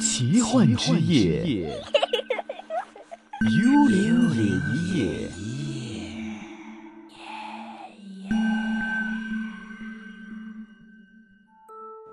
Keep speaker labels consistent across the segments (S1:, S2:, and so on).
S1: 奇幻之夜，幽灵夜。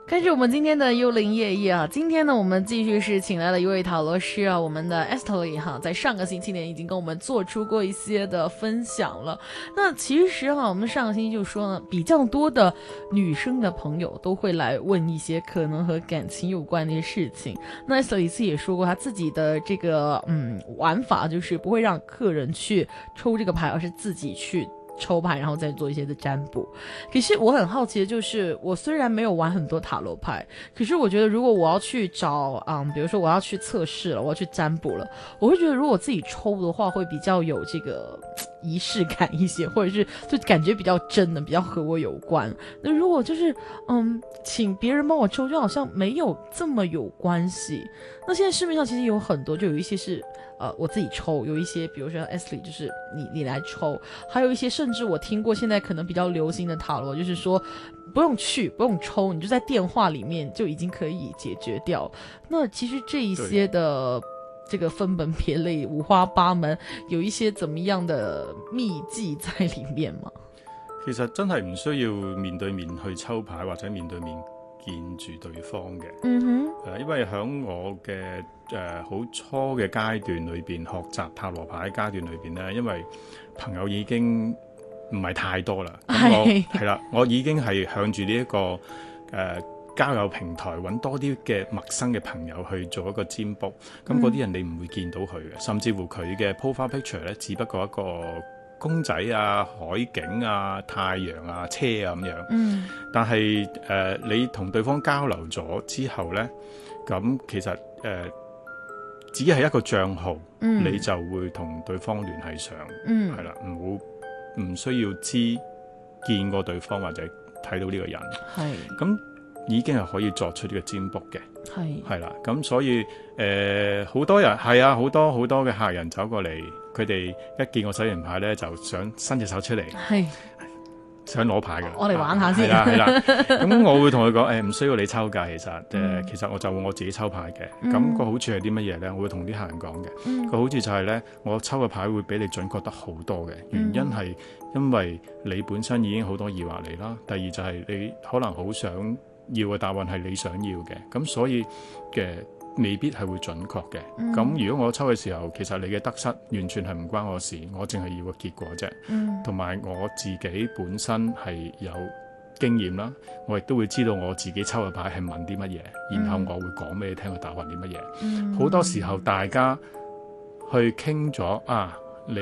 S2: 开始我们今天的幽灵夜夜啊，今天呢，我们继续是请来了一位塔罗师啊，我们的 Estely 哈，在上个星期呢已经跟我们做出过一些的分享了。那其实哈、我们上个星期就说呢，比较多的女生的朋友都会来问一些可能和感情有关的一些事情。那 Estely 自己也说过，她自己的这个嗯玩法就是不会让客人去抽这个牌，而是自己去。抽牌，然后再做一些的占卜。可是我很好奇的就是，我虽然没有玩很多塔罗牌，可是我觉得如果我要去找，嗯，比如说我要去测试了，我要去占卜了，我会觉得如果我自己抽的话，会比较有这个嘖仪式感一些，或者是就感觉比较真的，比较和我有关。那如果就是嗯，请别人帮我抽，就好像没有这么有关系。那现在市面上其实有很多，就有一些是。呃，我自己抽，有一些，比如说 S 里，就是你你来抽，还有一些甚至我听过现在可能比较流行的塔罗，就是说不用去，不用抽，你就在电话里面就已经可以解决掉。那其实这一些的这个分门别类、五花八门，有一些怎么样的秘技在里面吗？
S3: 其實真係唔需要面對面去抽牌或者面對面見住對方嘅，
S2: 嗯哼，
S3: 誒、呃因為喺我嘅誒好初嘅階段裏邊學習塔羅牌階段裏邊咧，因為朋友已經唔係太多啦，咁我
S2: 係
S3: 係啦，我已經係向住呢一個誒、呃交友平台揾多啲嘅陌生嘅朋友去做一個占卜，咁嗰啲人你唔會見到佢嘅，甚至乎佢嘅 profile picture 咧，只不過一個公仔啊、海景啊、太陽啊、車啊咁樣。
S2: 嗯
S3: 但係誒、呃你同對方交流咗之後呢，咁其實誒、呃只係一個帳號，
S2: 嗯，
S3: 你就會同對方聯繫上，
S2: 嗯
S3: 係啦、唔好唔需要知見過對方或者睇到呢個人，
S2: 係
S3: 咁已經係可以作出呢個占卜嘅，
S2: 係
S3: 係啦。咁所以誒，好、多人係啊，好多好多嘅客人走過嚟，佢哋一見我洗完牌呢，就想伸隻手出嚟。
S2: 係
S3: 想攞牌嘅，
S2: 我哋玩下先
S3: 係啦係啦， 咁我會同佢講誒，唔需要你抽㗎，其實誒、
S2: 嗯
S3: 其實我就我自己抽牌嘅。咁、個好處係啲乜嘢咧？我會同啲客人講嘅。
S2: 嗯
S3: 個好處就係咧，我抽嘅牌會比你準確得好多嘅。原因係因為你本身已經好多疑惑嚟啦。第二就係你可能好想要嘅答案係你想要嘅，咁所以嘅。未必係會準確嘅，
S2: 嗯
S3: 咁、如果我抽嘅時候，其實你嘅得失完全係唔關我事，我淨係要個結果啫。
S2: 嗯
S3: 同埋我自己本身係有經驗啦，我亦都會知道我自己抽嘅牌係問啲乜嘢，然後我會講俾你聽個答案啲乜嘢。
S2: 嗯
S3: 好、多時候大家去傾咗啊你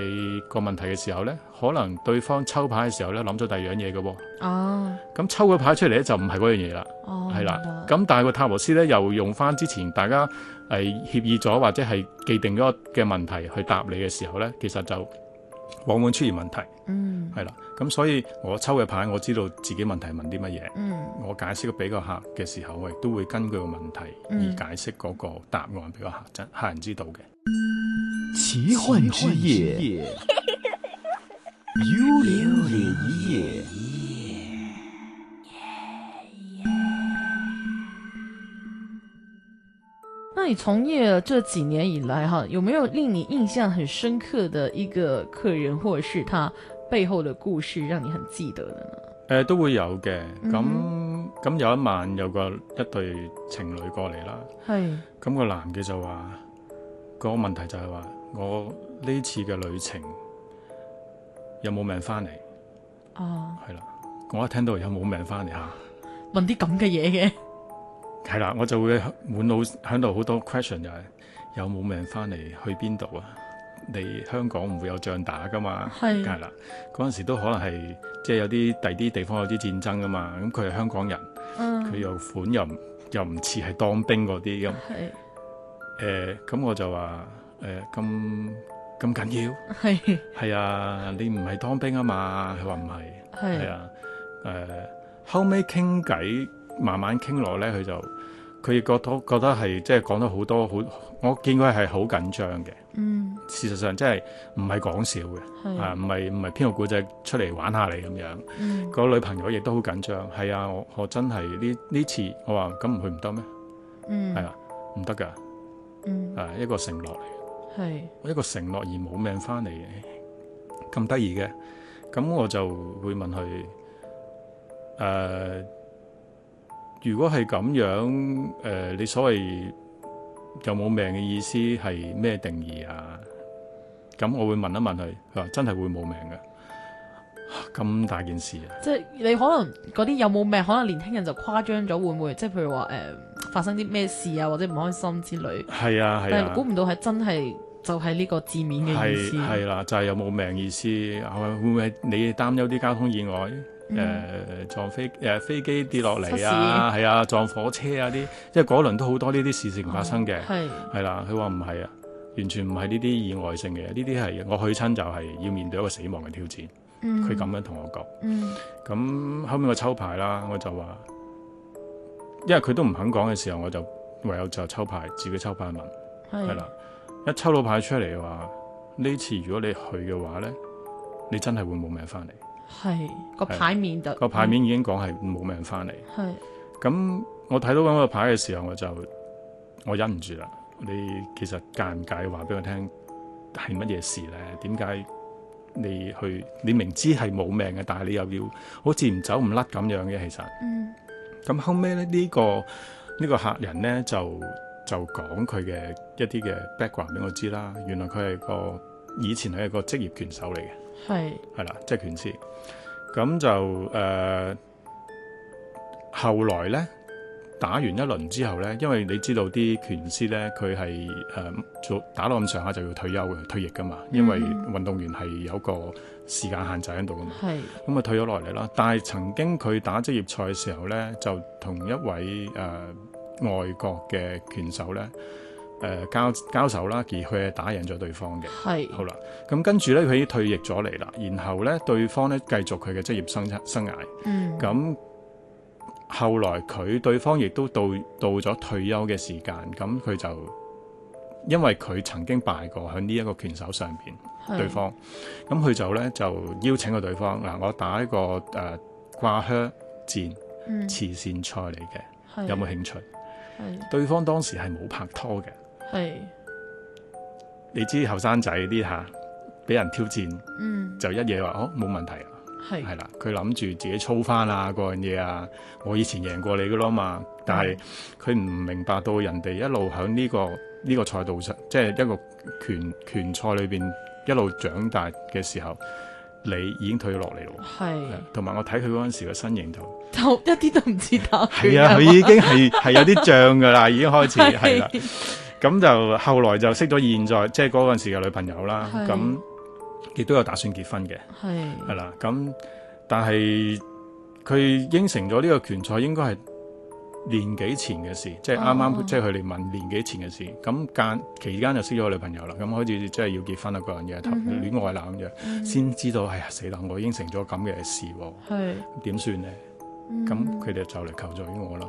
S3: 個問題嘅時候呢，可能對方抽牌嘅時候呢，諗咗第二樣嘢嘅喎，
S2: 啊
S3: 咁抽個牌出嚟呢，就唔係嗰樣嘢啦。
S2: 哦
S3: 係啦
S2: 明白，
S3: 咁但係個塔羅斯咧又用翻之前大家係協議咗或者係既定咗嘅問題去答你嘅時候咧，其實就往往出現問題。
S2: 嗯
S3: 係啦，咁所以我抽嘅牌，我知道自己問題問啲乜嘢，
S2: 嗯
S3: 我解釋俾個客嘅時候，我亦都會根據個問題
S2: 嗯
S3: 而解釋嗰個答案俾個客真客人知道嘅。
S1: 奇幻之夜，幽灵夜。
S2: 那你从业这几年以来哈，有没有令你印象很深刻的一个客人，或者是他背后的故事，让你很记得的呢？
S3: 誒、都會有嘅，咁咁、
S2: 嗯
S3: 有一晚有個一對情侶過嚟啦，
S2: 系，
S3: 咁、個男嘅就話、個問題就係話我呢次嘅旅程有冇命翻嚟？
S2: 啊，
S3: 係啦，我一聽到有冇命翻嚟嚇。
S2: 问啲咁嘅嘢嘅，
S3: 係啦，我就會滿腦喺度好多 question 就係有冇命翻嚟去邊度啊？你香港唔會有仗打噶嘛？
S2: 係
S3: 梗係啦，嗰陣時都可能係即係有啲第啲地方有啲戰爭噶嘛。咁佢係香港人，佢
S2: 嗯，
S3: 又款又唔又唔似係當兵嗰啲咁。
S2: 系
S3: 誒咁、我就話誒咁咁緊要
S2: 系
S3: 係啊？你唔係當兵啊嘛？佢話唔係。係
S2: 系，
S3: 啊，誒、後尾傾偈，慢慢傾落咧，佢就佢亦覺得覺得係即係講咗好多好，我見佢係好緊張嘅。
S2: 嗯，
S3: 事實上真係唔係講笑嘅，
S2: 系，
S3: 啊唔係唔係編個故仔出嚟玩下你咁樣。
S2: 嗯，
S3: 個女朋友亦都好緊張，係啊，我我真係呢呢次我話咁唔去唔得咩？
S2: 嗯，
S3: 係啊，啊唔得㗎，
S2: 嗯，
S3: 係一個承諾嚟嘅。
S2: 系，
S3: 一個承諾而冇命翻嚟嘅，咁得意嘅。咁我就會問佢：誒、如果係咁樣，誒、你所謂有冇命嘅意思係咩定義啊？咁我會問一問佢，佢話真係會冇命嘅。啊咁大件事啊！
S2: 即系你可能嗰啲有冇命，可能年輕人就誇張咗，會唔會？即係譬如話诶、誒發生啲咩事啊，或者唔開心之類，
S3: 係啊，係
S2: 但係
S3: 啊
S2: 估。唔到係真係就係呢個字面嘅意
S3: 係
S2: 思。
S3: 係啦，就係有冇命意思，係會唔會係你擔憂啲交通意外？誒、
S2: 嗯
S3: 呃撞飛誒、飛機跌落
S2: 失
S3: 嚟
S2: 事
S3: 啊，係啊，撞火車啊啲，即係嗰輪都好多呢啲事情發生嘅，
S2: 哦係
S3: 係啦、佢話唔係啊，完全唔係呢啲意外性嘅，呢啲係我去親就係要面對一個死亡嘅挑戰，
S2: 嗯
S3: 佢咁、樣同我講。
S2: 嗯
S3: 咁後面我抽牌啦，我就話，因為佢都唔肯講嘅時候，我就唯有就抽牌，自己抽牌問。
S2: 係
S3: 係啦，一抽到牌出嚟嘅話，呢次如果你去嘅話呢，你真係會冇命翻嚟。
S2: 係個
S3: 係
S2: 牌面就
S3: 個牌面已經講係冇命翻嚟。
S2: 係
S3: 咁我睇到咁個牌嘅時候，我就我忍唔住啦。你其實介唔介意話俾我聽係乜嘢事呢？點解你去？你明知係冇命嘅，但係你又要好似唔走唔甩咁樣嘅，其實。
S2: 嗯
S3: 咁後尾咧呢、個呢、個客人咧就就講佢嘅一啲嘅 background 俾我知啦。原來佢係個以前係一個職業拳手嚟嘅，
S2: 係
S3: 係啦，即係拳師。咁就誒、呃，後來咧打完一輪之後咧，因為你知道啲拳師咧佢係誒做打到咁上下就要退休嘅退役噶嘛，因為
S2: 嗯
S3: 運動員係有個時間限制喺度噶嘛。
S2: 係
S3: 咁啊退咗落嚟啦。但係曾經佢打職業賽嘅時候咧，就同一位誒、呃外國嘅拳手咧誒、呃交交手啦，而佢係打贏咗對方嘅。
S2: 係
S3: 好啦，咁跟住咧佢已經退役咗嚟啦，然後咧對方咧繼續佢嘅職業生生涯。
S2: 嗯
S3: 咁後來佢對方亦都到到咗退休嘅時間，咁佢就因為佢曾經敗過喺呢一個拳手上邊。
S2: 係
S3: 對方，咁佢就咧就邀請個對方嗱，我打一個誒、呃、掛靴戰
S2: 嗯
S3: 慈善賽嚟嘅，
S2: 係
S3: 有冇興趣？
S2: 係
S3: 對方當時係冇拍拖嘅，
S2: 係
S3: 你知後生仔啲下俾人挑戰
S2: 嗯
S3: 就一嘢話哦冇問題啦，
S2: 係
S3: 係啦，佢諗住自己操翻啊嗰樣嘢啊，我以前贏過你噶啦嘛，但係佢唔明白到人哋一路喺呢、個呢、個賽道上，即係一個拳拳賽裏邊一路長大嘅時候，你已經退咗落嚟咯。
S2: 係
S3: 同埋我睇佢嗰陣時個身形就
S2: 就一啲都唔似打拳
S3: 係啊，
S2: 係
S3: 佢
S2: 嘛
S3: 已經係 係有啲脹噶啦，已經開始
S2: 係
S3: 係啦。咁就後來就識咗現在即係嗰陣時嘅女朋友啦，
S2: 係
S3: 咁亦都有打算結婚嘅，係
S2: 係
S3: 啦。咁但係佢應承咗呢個拳賽應該係年幾前嘅事，即係啱
S2: 哦
S3: 啱即係佢哋問年幾前嘅事。咁間期間就識咗個女朋友啦，咁開始即係要結婚啦嗰樣嘢，談
S2: 嗯哼
S3: 戀愛啦咁樣，
S2: 嗯
S3: 先知道哎呀死啦！我應承咗咁嘅事喎，
S2: 係
S3: 點算呢？
S2: 嗯
S3: 咁佢哋就嚟求助於我啦。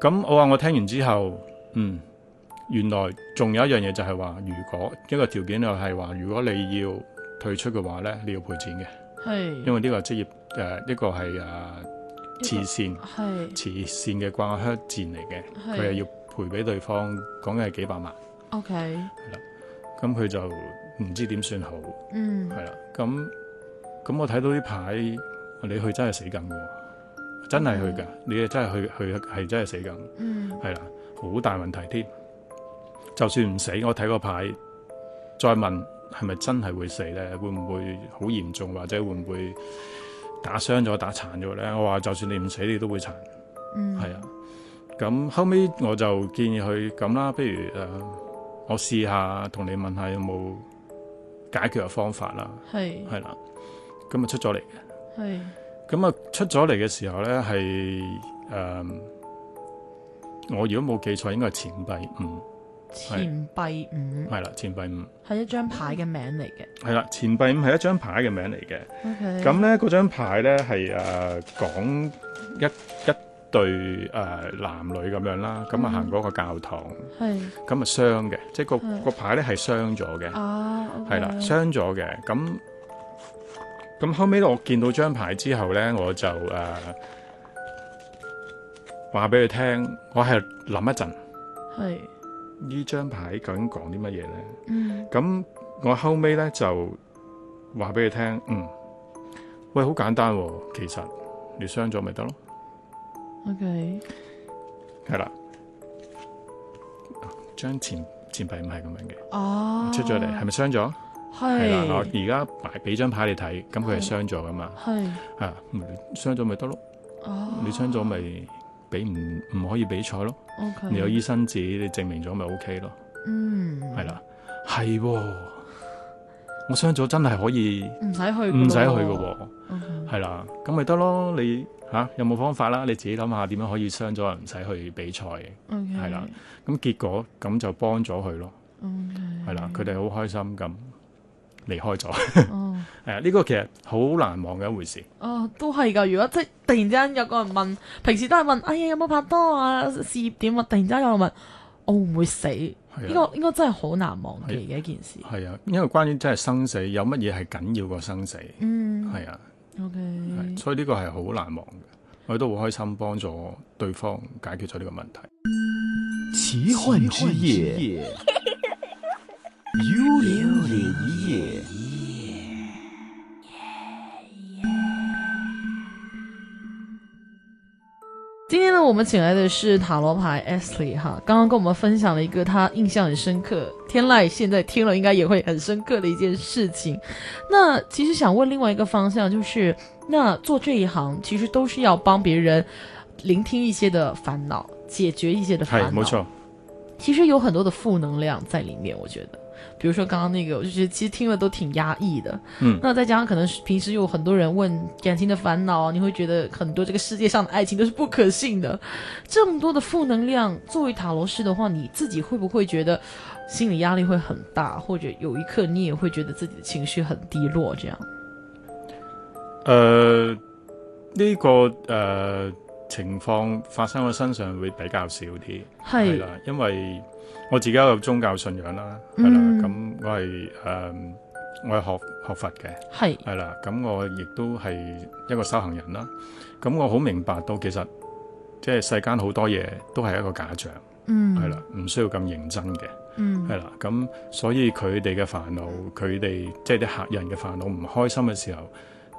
S3: 咁我話我聽完之後，嗯，原來仲有一樣嘢就係話，如果一個條件就係話，如果你要退出嘅話咧，你要賠錢嘅，
S2: 係
S3: 因為呢個係職業誒、呃一個係誒、呃慈善
S2: 係
S3: 慈善嘅掛靴戰嚟嘅，
S2: 係
S3: 佢係要賠俾對方，講緊係幾百萬。
S2: OK
S3: 咁佢就唔知點算好，
S2: 嗯
S3: 係啦。咁咁我睇到呢排你去真係死緊喎，真係去㗎，你係真係去去係真係死緊。
S2: 嗯
S3: 係啦，好大問題添。就算唔死，我睇個牌，再問係咪真係會死呢？會唔會好嚴重，或者會唔會打傷咗、打殘咗呢？我話就算你唔死，你都會殘，
S2: 嗯
S3: 係啊。咁後尾我就建議佢咁啦，不如誒、呃我試下同你問下有冇解決嘅方法啦，
S2: 係
S3: 係啦。咁啊出咗嚟。
S2: 係
S3: 咁啊出咗嚟嘅時候咧，係誒、嗯我如果冇記錯，應該係錢幣五，
S2: 錢幣五
S3: 係啦，錢幣五，
S2: 係一張牌嘅名嚟嘅
S3: 係啦，錢幣五係一張牌嘅名嚟嘅。
S2: OK
S3: 咁咧嗰張牌咧係誒講一一對誒、呃男女咁樣啦，咁啊
S2: 嗯
S3: 行嗰個教堂，
S2: 係
S3: 咁啊傷嘅，即係個
S2: 嗯
S3: 個牌咧係傷咗嘅，
S2: 啊 OK
S3: 係啦，傷咗嘅。咁咁後尾我見到張牌之後咧，我就呃誒話俾佢聽，我係諗一陣。
S2: 係
S3: 呢張牌究竟講啲乜嘢咧？
S2: 嗯
S3: 咁我後尾咧就話俾佢聽，嗯，喂，好簡單喎、其實你傷咗咪得咯，
S2: ，OK，
S3: 係啦，張錢錢幣唔係咁樣嘅，
S2: 哦，
S3: 出咗嚟係咪傷咗？係啦，我
S2: 係
S3: 而家擺俾張牌你睇，咁佢係傷咗噶嘛，
S2: 係
S3: 啊，嗯傷咗咪得咯，
S2: 哦，
S3: 你傷咗咪俾唔唔可以比賽咯，
S2: OK，
S3: 你有醫生紙，你證明咗咪 O K 咯，
S2: 嗯
S3: 係啦，係喎，我傷咗真係可以
S2: 唔使去㗎
S3: 唔使去
S2: 咯
S3: 嘅喎。
S2: ，OK
S3: 係啦，咁咪得咯。你吓、有冇方法啦？你自己諗下點樣可以傷咗人唔使去比賽嘅。
S2: OK
S3: 係啦咁結果咁就幫咗佢咯，
S2: ，OK
S3: 係啦，佢哋好開心咁離開咗。 誒、
S2: 哦。
S3: 呢個其實好難忘嘅一回事。
S2: 哦，都係㗎。如果即係突然之間有個人問，平時都係問，哎呀有冇拍拖啊，事業點啊？突然之間有人問，我會唔會死？呢、
S3: 係啊，
S2: 個應該真係好難忘記嘅一件事。
S3: 係啊，因為關於真係生死，有乜嘢係緊要過生死？
S2: 嗯
S3: 係啊，係，
S2: ，OK，
S3: 所以呢個係好難忘嘅。我都好開心幫助對方解決咗呢個問題。
S1: 奇幻之夜，幽灵夜。
S2: 今天呢，我們請來的是塔羅牌 Ashley 哈，剛剛跟我們分享了一個他印象很深刻，天籟現在聽了應該也會很深刻的一件事情。那其實想問另外一個方向，就是那做這一行其實都是要幫別人聆聽一些的煩惱，解決一些的
S3: 係
S2: 煩惱。
S3: 冇錯，
S2: 其實有很多的負能量在裡面，我覺得。比如說剛剛那個，我就覺得其實聽了都挺壓抑的。
S3: 嗯
S2: 那再加上可能是平時有很多人問感情的煩惱，你會覺得很多這個世界上的愛情都是不可信的。这么多的負能量，作為塔羅師的話，你自己會不會覺得心理壓力會很大，或者有一刻你也會覺得自己的情緒很低落？這樣，
S3: 誒、呃呢、個誒、情況發生喺身上會比較少啲。係
S2: 係
S3: 啦，因為我自己有宗教信仰啦，係啦，
S2: 嗯
S3: 咁、我係誒、嗯我係學學佛嘅，
S2: 係
S3: 係啦，咁我亦都係一個修行人啦，咁我好明白到其實即係世間好多嘢都係一個假象，
S2: 嗯
S3: 係啦，唔需要咁認真嘅，
S2: 嗯
S3: 係啦，咁所以佢哋嘅煩惱，佢哋即係啲客人嘅煩惱，唔開心嘅時候，誒、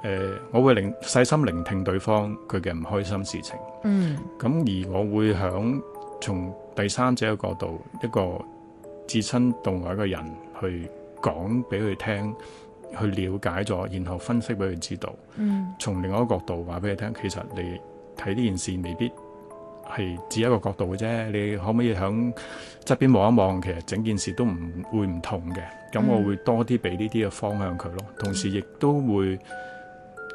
S3: 呃我會聆細心聆聽對方佢嘅唔開心事情。
S2: 嗯
S3: 咁而我會響從第三者嘅角度，一個置身度外嘅人去講俾佢聽，去了解咗，然後分析俾佢知道。
S2: 嗯
S3: 從另外一個角度話俾佢聽，其實你睇呢件事未必係只一個角度嘅啫。你可唔可以響側邊望一望？其實整件事都唔會唔同嘅。咁
S2: 嗯
S3: 我會多啲俾呢啲嘅方向佢咯，同時亦都會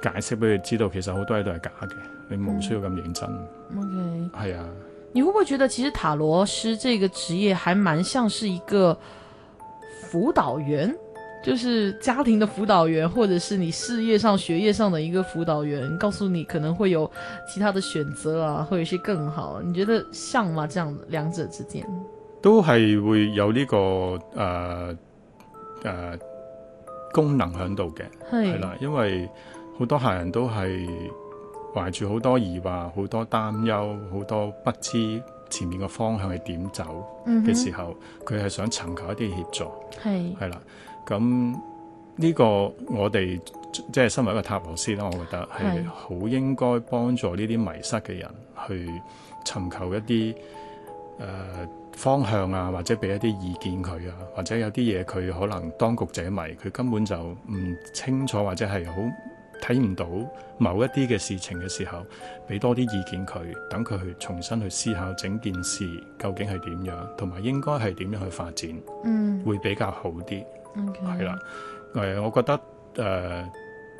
S3: 解釋俾佢知道，其實好多嘢都係假嘅，你冇需要咁認真。
S2: 嗯，OK。
S3: 係啊，
S2: 你会不会觉得，其实塔罗师这个职业还蛮像是一个辅导员，就是家庭的辅导员，或者是你事业上、学业上的一个辅导员，告诉你可能会有其他的选择啊，或者是更好。你觉得像吗？这样的两者之间？
S3: 都係會有呢、個誒誒、呃呃功能喺度嘅，
S2: 嘿
S3: 係，啦，因為好多客人都係懷住好多疑惑、好多擔憂、好多不知前面嘅方向係點走
S2: 嗯
S3: 嘅
S2: 哼，
S3: 時候，佢係、想尋求一啲協助，
S2: 嘿，
S3: 係啦，咁。呢個我哋即係身為一個塔羅師啦，我覺得係
S2: 係
S3: 好應該幫助呢啲迷失嘅人去尋求一啲誒、呃方向啊，或者俾一啲意見佢啊，或者有啲嘢佢可能當局者迷，佢根本就唔清楚或者係好睇唔到某一啲嘅事情嘅時候，俾多啲意見佢，等佢去重新去思考整件事究竟係點樣，同埋應該係點樣去發展，
S2: 嗯
S3: 會比較好啲。
S2: ，OK，
S3: 係啦，，誒、我覺得誒、呃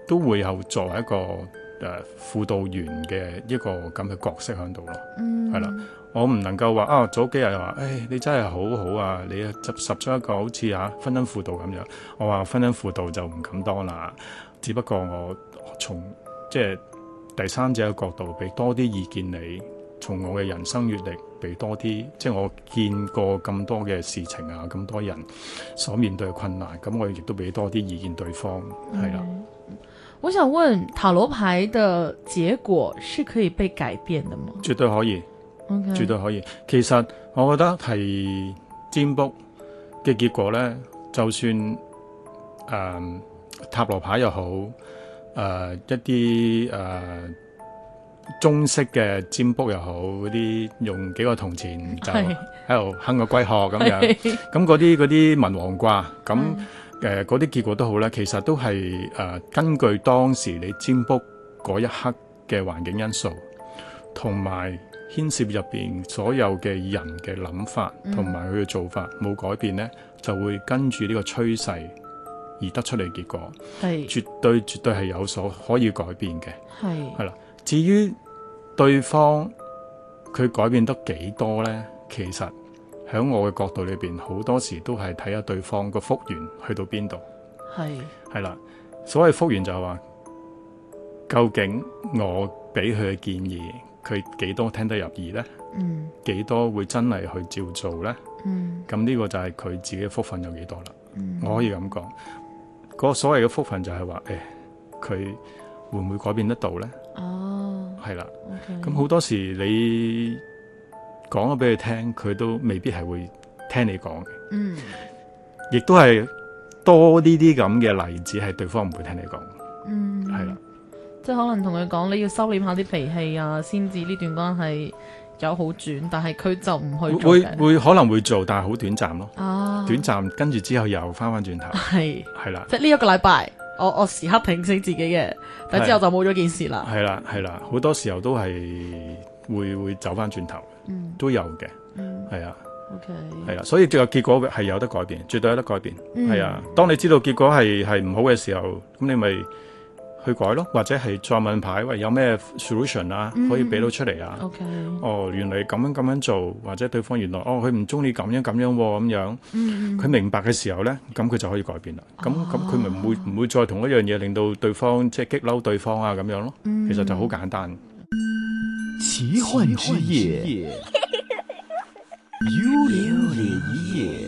S3: 都會有作為一個誒、呃、輔導員嘅一個咁嘅角色喺度咯。
S2: 嗯，
S3: 係啦，我唔能夠話啊，早幾日話，誒、你真係好好啊，你執拾咗一個好似啊婚姻輔導咁樣。我話婚姻輔導就唔敢當啦，只不過我從即係第三者嘅角度俾多啲意見你，從我嘅人生閲歷俾多啲，即係我見過咁多嘅事情啊，咁多人所面對嘅困難，咁我亦都俾多啲意見對方，係啦。
S2: 嗯。我想问，塔罗牌的结果是可以被改变的吗
S3: 絕對可以，
S2: ？OK，
S3: 絕對可以。其實我覺得係占卜嘅結果咧，就算誒、嗯塔羅牌又好，誒、一啲誒、呃中式嘅占卜又好，嗰啲用幾個銅錢就
S2: 係
S3: 喺度哼個龜殼咁樣。
S2: 係
S3: 咁嗰啲嗰啲文王卦，咁
S2: 嗯
S3: 誒呃嗰啲結果都好咧，其實都係誒、呃根據當時你占卜嗰一刻嘅環境因素，同埋牽涉入邊所有嘅人嘅諗法
S2: 嗯
S3: 同埋佢嘅做法冇改變咧，就會跟住呢個趨勢而得出嚟結果，
S2: 係
S3: 絕對絕對係有所可以改變嘅。
S2: 係
S3: 至於對方佢改變得幾多呢？其實喺我嘅角度裏邊，好多時都係睇下對方個幅員去到邊度。
S2: 係
S3: 係啦，所謂幅員就係話，究竟我俾佢嘅建議，佢幾多聽得入耳呢？
S2: 嗯
S3: 幾多會真係去照做呢？
S2: 嗯
S3: 咁呢個就係佢自己嘅福分有幾多啦。
S2: 嗯
S3: 我可以咁講，嗰、個所謂嘅福分就係話，誒、佢會唔會改變得到呢？
S2: 哦
S3: 係啦。
S2: ，OK
S3: 咁好多時你講咗俾佢聽，佢都未必係會聽你講嘅，
S2: 嗯
S3: 亦都係多呢啲咁嘅例子係對方唔會聽你講，
S2: 嗯
S3: 係啦、
S2: 即係可能同佢講你要收斂下啲脾氣啊，先至呢段關係有好轉，但係佢就唔去做
S3: 會
S2: 嘅
S3: 會可能會做，但係好短暫咯，
S2: 啊，
S3: 短暫跟住之後又翻翻轉頭，
S2: 係
S3: 係啦，
S2: 即係呢一個禮拜，我我時刻提醒自己嘅，但之後就冇咗件事啦。
S3: 係啦，係啦，好多時候都係會會走翻轉頭，
S2: 嗯
S3: 都有嘅，
S2: 嗯
S3: 係啊，
S2: ，OK，
S3: 係啦，所以最後結果係有得改變，絕對有得改變。
S2: 嗯
S3: 係啊，當你知道結果係係唔好嘅時候，咁你咪去改咯，或者係再問牌，喂有咩 solution 啊，
S2: 嗯
S3: 可以俾到出嚟啊？
S2: ，OK，
S3: 哦，原來咁樣咁樣做，或者對方原來哦佢唔中意咁樣咁樣喎咁樣，
S2: 嗯
S3: 佢明白嘅時候呢，咁佢就可以改變啦。咁
S2: 哦
S3: 咁佢咪唔會唔會再同一樣嘢令到對方即係激嬲對方啊咁樣咯。
S2: 嗯
S3: 其實就好簡單。
S1: 奇幻之夜，幽灵夜。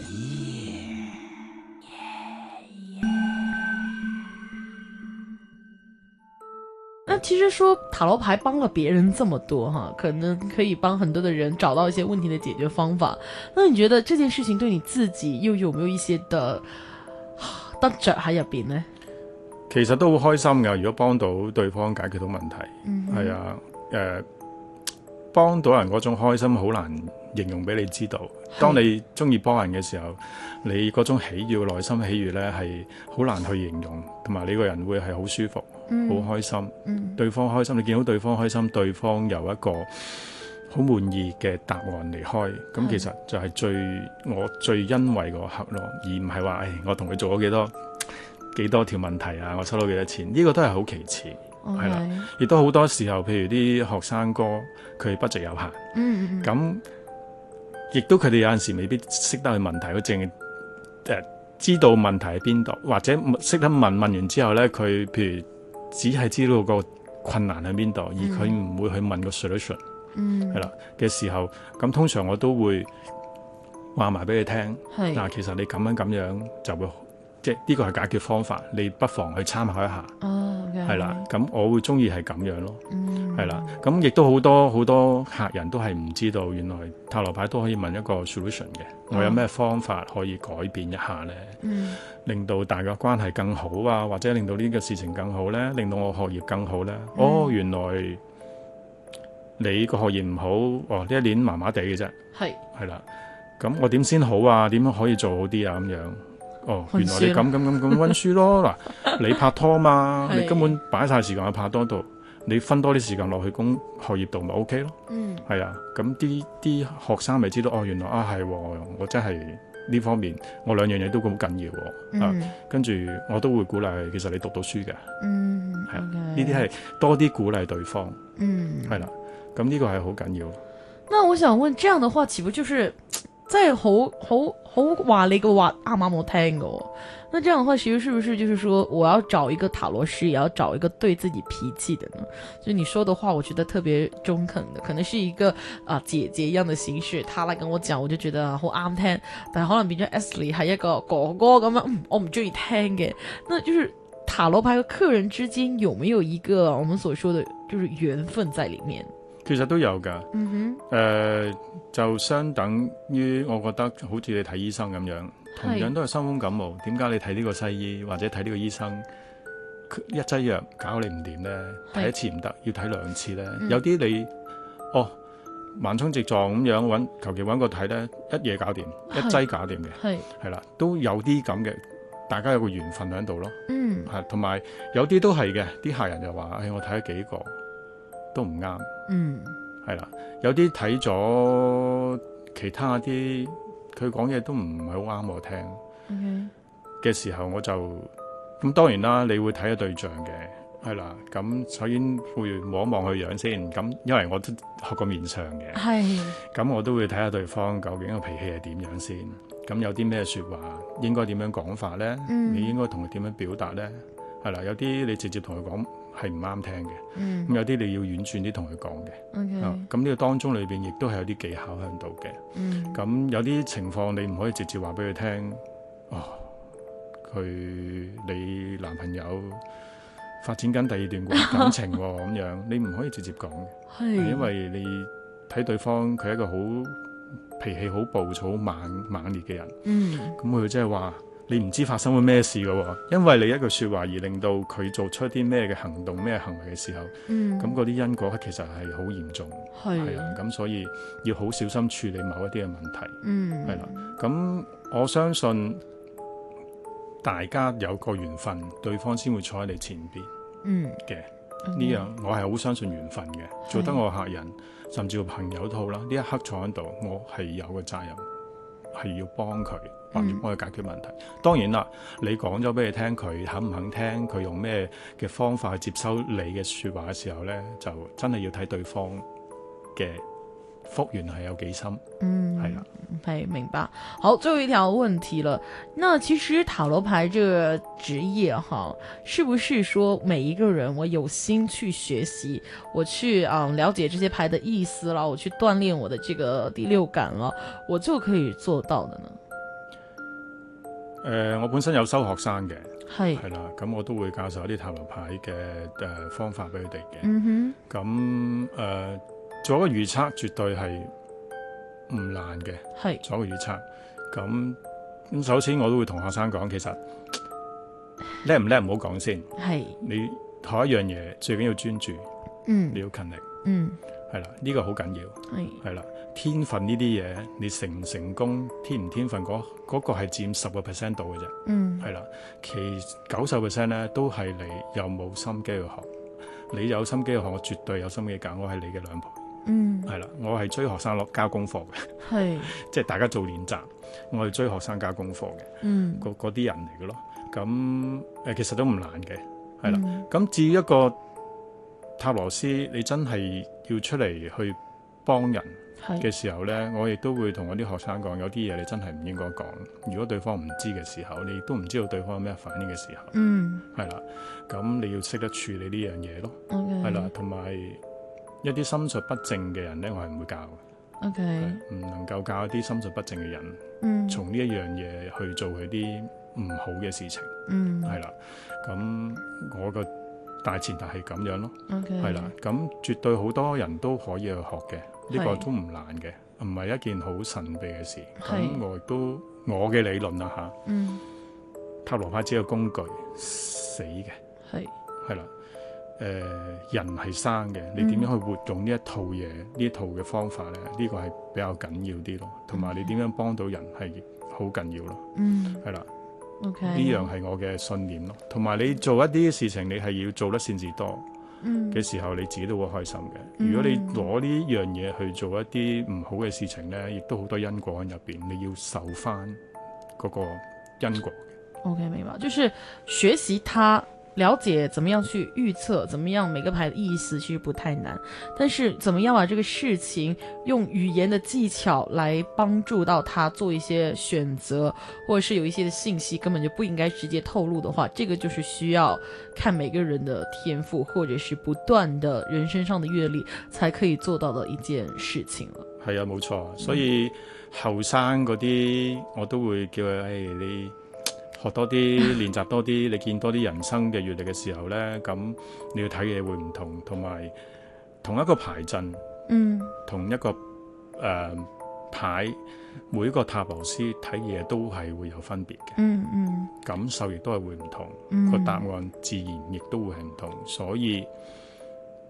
S2: 那其实说塔罗牌帮了别人这么多哈，可能可以帮很多的人找到一些问题的解决方法。那你觉得这件事情对你自己又有没有一些的 啊得着喺入边呢？
S3: 其實都好開心㗎，如果幫到對方解決到問題，係、
S2: 嗯
S3: 啊，誒、幫到人嗰種開心好難形容俾你知道。當你中意幫人嘅時候，你嗰種喜悅、內心喜悅呢係好難去形容，同埋你個人會係好舒服、好、啊
S2: 嗯
S3: 開心，
S2: 嗯
S3: 對方開心，你見到對方開心，對方有一個好滿意嘅答案離開，咁
S2: 係
S3: 其實就係最我最欣慰嗰刻咯，而唔係話誒哎我同佢做咗幾多幾多條問題啊，我收到幾多錢，呢、個都係好其次，
S2: ，OK，
S3: 係啦亦都好多時候，譬如啲學生哥佢 budget 有限，
S2: 嗯嗯
S3: 咁亦都佢哋有陣時未必識得去問題，佢淨係誒知道問題喺邊度，或者識得問問完之後咧，佢譬如只係知道個困難喺邊度，而佢唔會去問個 solution。
S2: 嗯，
S3: 係啦嘅時候，咁通常我都會話埋俾你聽。
S2: 係
S3: 嗱，其實你咁樣咁樣就會，即係呢個係解決方法，你不妨去參考一下，
S2: 哦，OK，
S3: 係啦。咁我會中意係咁樣咯，
S2: 嗯，
S3: 係啦。咁亦都好多好多客人都係唔知道，原來塔羅牌都可以問一個 solution 嘅，我有咩方法可以改變一下呢？
S2: 啊嗯，
S3: 令到大家關係更好啊，或者令到呢個事情更好呢，令到我學業更好呢。
S2: 嗯
S3: 哦，原來你個學業唔好，哦呢一年麻麻地嘅啫，
S2: 係
S3: 係啦。咁我點先好啊？點樣可以做好啲啊？咁樣。哦，
S2: 溫
S3: 原來你
S2: 書啦
S3: 咁咁咁咁溫 書咯。嗱，你拍拖嘛，
S2: 係
S3: 你根本擺晒時間喺拍拖度，你分多啲時間落去工學業度咪 OK 咯。
S2: 嗯
S3: 係啊，咁啲啲學生咪知道哦，原來啊係喎，我真係呢方面我兩樣嘢都好緊要喎。啊
S2: 嗯
S3: 跟住我都會鼓勵佢，其實你讀到書嘅，呢
S2: 嗯，
S3: 係啊
S2: OK
S3: 啲係多啲鼓勵對方，
S2: 嗯
S3: 係啦。咁呢個係好緊要。
S2: 那我想問，這樣的話，豈不就是即係好好好話你嘅話啱啱我聽嘅、喎。哦那這樣的話，其實是不是就是說，我要找一個塔羅師，也要找一個對自己脾氣的呢？就是你說的話，我覺得特別中肯的，可能是一個啊、姐姐一樣的形式，她來跟我講，我就覺得啊好啱聽。但係可能變咗 Ashley 係一個哥哥咁樣，嗯我唔中意聽嘅。那就是塔羅牌和客人之間有沒有一個我們所說的，就是緣分在裡面？
S3: 其實都有㗎。
S2: 嗯哼，
S3: 誒、呃就相等於我覺得好似你睇醫生咁樣，同樣都係傷風感冒，點解你睇呢個西醫或者睇呢個醫生？佢一劑藥搞你唔掂呢？
S2: 係
S3: 睇一次唔得，要睇兩次呢。
S2: 嗯
S3: 有啲你哦橫衝直撞咁樣揾，求其揾個睇呢，一夜搞掂，一
S2: 係
S3: 劑搞掂嘅，
S2: 係，
S3: 係啦，都有啲咁嘅，大家有個緣分喺度咯。
S2: 嗯
S3: 係，同埋有啲都係嘅，啲客人就話：，誒、我睇咗幾個都唔啱，
S2: 嗯
S3: 係啦。有啲睇咗其他啲，佢講嘢都唔係好啱我聽
S2: ，OK，
S3: 嘅時候，我就咁當然啦，你會睇下對象嘅，係啦。咁首先會望一望佢樣先，咁因為我都學過面相嘅，
S2: 係，
S3: 咁我都會睇下對方究竟個脾氣係點樣先。咁有啲咩説話應該點樣講法呢？
S2: 嗯
S3: 你應該同佢點樣表達呢？係啦，有啲你直接同佢講係唔啱聽嘅，
S2: 嗯
S3: 咁有啲你要婉轉啲同佢講嘅。啊
S2: ，OK，
S3: 咁呢個當中裏邊亦都係有啲技巧喺度嘅。
S2: 嗯，
S3: 咁有啲情況你唔可以直接話俾佢聽，哦，佢你男朋友發展緊第二段關感情喎，咁樣你唔可以直接講嘅，
S2: 係，
S3: 係因為你睇對方佢係一個好脾氣好暴躁、好猛猛烈嘅人，
S2: 嗯
S3: 咁佢即係話你唔知發生咗咩事嘅喎，因為你一句説話而令到佢做出啲咩嘅行動、咩行為嘅時候，
S2: 嗯，
S3: 咁嗰啲因果其實係好嚴重。係啊
S2: 係，，
S3: 咁所以要好小心處理某一啲嘅問題。
S2: 嗯
S3: 係啦，咁我相信大家有個緣分，對方先會坐喺你前邊
S2: 嗯
S3: 嘅。
S2: ，OK
S3: 呢、樣我係好相信緣分嘅，做得我客人，甚至乎朋友都好啦。呢一刻坐喺度，我係有個責任係要幫佢，或者
S2: 嗯
S3: 幫佢解決問題。當然啦，你講咗俾佢聽，佢肯唔肯聽，佢用咩嘅方法去接收你嘅説話嘅時候呢，就真係要睇對方嘅復原係有幾深，
S2: 嗯，
S3: 係啦。
S2: 哎，明白。好，最后一条问题了。那其实塔罗牌这个职业哈，是不是说每一个人我有心去学习，我去啊、了解这些牌的意思了，我去锻炼我的这个第六感了，我就可以做到的呢？
S3: 誒、我本身有收學生嘅，
S2: 嘿，
S3: 係啦，咁我都會教授一啲塔羅牌嘅誒、方法俾佢哋嘅。
S2: 嗯
S3: 咁誒、呃做一個預測絕對係唔難嘅，
S2: 哼，嘿，
S3: 做一個預測。咁咁首先我都會同學生講，其實嗯叻唔叻唔好講先，
S2: 嘿，
S3: 你學一樣嘢最緊要專注，
S2: 嗯
S3: 你要勤力，
S2: 嗯，哎
S3: 係啦，呢、個好緊要，
S2: 嘿，
S3: 係啦。天分呢啲嘢，你成唔成功，天唔天分嗰嗰、個係佔十個 percent 度嘅啫。
S2: 嗯，
S3: 係啦，其九十 percent 咧都係你有冇心機去學。你有心機去學，我絕對有心機教，我係你嘅兩倍。
S2: 嗯，
S3: 係啦，我係追學生落交功課嘅，
S2: 嘿，
S3: 即係大家做練習，我係追學生交功課嘅，
S2: 嗯，
S3: 嗰嗰啲人嚟嘅咯。咁誒、呃其實都唔難嘅，係啦。
S2: 嗯，
S3: 咁至於一個塔羅斯，你真係要出嚟去幫人
S2: 嘿，
S3: 嘅時候呢，我亦都會同我啲學生講，有啲嘢你真係唔應該講。如果對方唔知嘅時候，你亦都唔知道對方有咩反應嘅時候，
S2: 嗯
S3: 係啦，咁你要識得處理呢樣嘢咯，
S2: ，OK，
S3: 係啦，同埋一啲心術不正嘅人呢，我係唔會教嘅，
S2: ，OK，
S3: 嗯係唔能夠教一啲心術不正嘅人，
S2: 嗯，
S3: 從呢一樣嘢去做佢啲唔好嘅事情，
S2: 嗯，
S3: 係啦，咁我個大前提係咁樣咯，
S2: ，OK，
S3: 係啦，咁絕對好多人都可以去學嘅，呢個
S2: 係
S3: 都唔難嘅，唔係一件好神秘嘅事，
S2: 係
S3: 咁我亦都我嘅理論啦嚇，
S2: 嗯，
S3: 塔羅牌只有工具，死嘅。
S2: 嘿，
S3: 係啦，誒、人係生嘅，你點樣去活用呢一套嘢、呢一套嘅方法咧？呢、個係比較緊要啲咯，同埋你點樣幫到人係好緊要咯，
S2: 嗯。
S3: 係啦，
S2: OK，
S3: 呢樣係我嘅信念咯。同埋你做一啲事情，你係要做得善至多
S2: 嗯
S3: 嘅時候，你自己都會開心嘅。
S2: 嗯
S3: 如果你攞呢樣嘢去做一啲唔好嘅事情咧，亦都好多因果喺入邊，你要受翻嗰個因果。
S2: OK 明白，就是学习它，了解怎么样去预测，怎么样每个牌的意思其实不太难，但是怎么样把这个事情用语言的技巧来帮助到他做一些选择，或者是有一些的信息根本就不应该直接透露的话，这个就是需要看每个人的天赋或者是不断的人身上的阅历才可以做到的一件事情了。
S3: 係啊，冇錯。所以後生嗰啲，我都會叫佢：，誒、哎你學多啲，練習多啲，你見多啲人生嘅閲歷嘅時候呢，咁你要睇嘅嘢會唔同，同埋同一個牌陣，
S2: 嗯
S3: 同一個誒、呃牌，每一個塔羅斯睇嘢都係會有分別嘅，
S2: 嗯嗯
S3: 感受亦都係會唔同，
S2: 嗯，
S3: 個、答案自然亦都會係唔同，所以誒、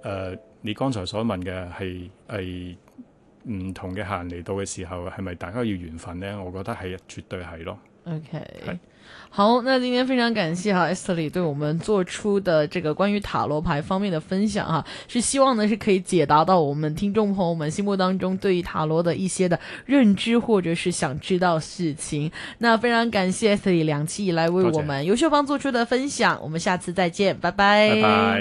S3: 呃你剛才所問嘅係係唔同嘅客人嚟到嘅時候，係咪大家要緣分呢？我覺得係絕對係咯。
S2: OK，
S3: 嗨
S2: 好，那今天非常感谢哈 Esther 里对我们做出的这个关于塔罗牌方面的分享哈，是希望呢是可以解答到我们听众朋友们心目当中对于塔罗的一些的认知或者是想知道事情。那非常感谢 Esther 里两期以来为
S3: 多谢
S2: 我们优秀帮做出的分享，我们下次再见，拜拜，
S3: 拜拜。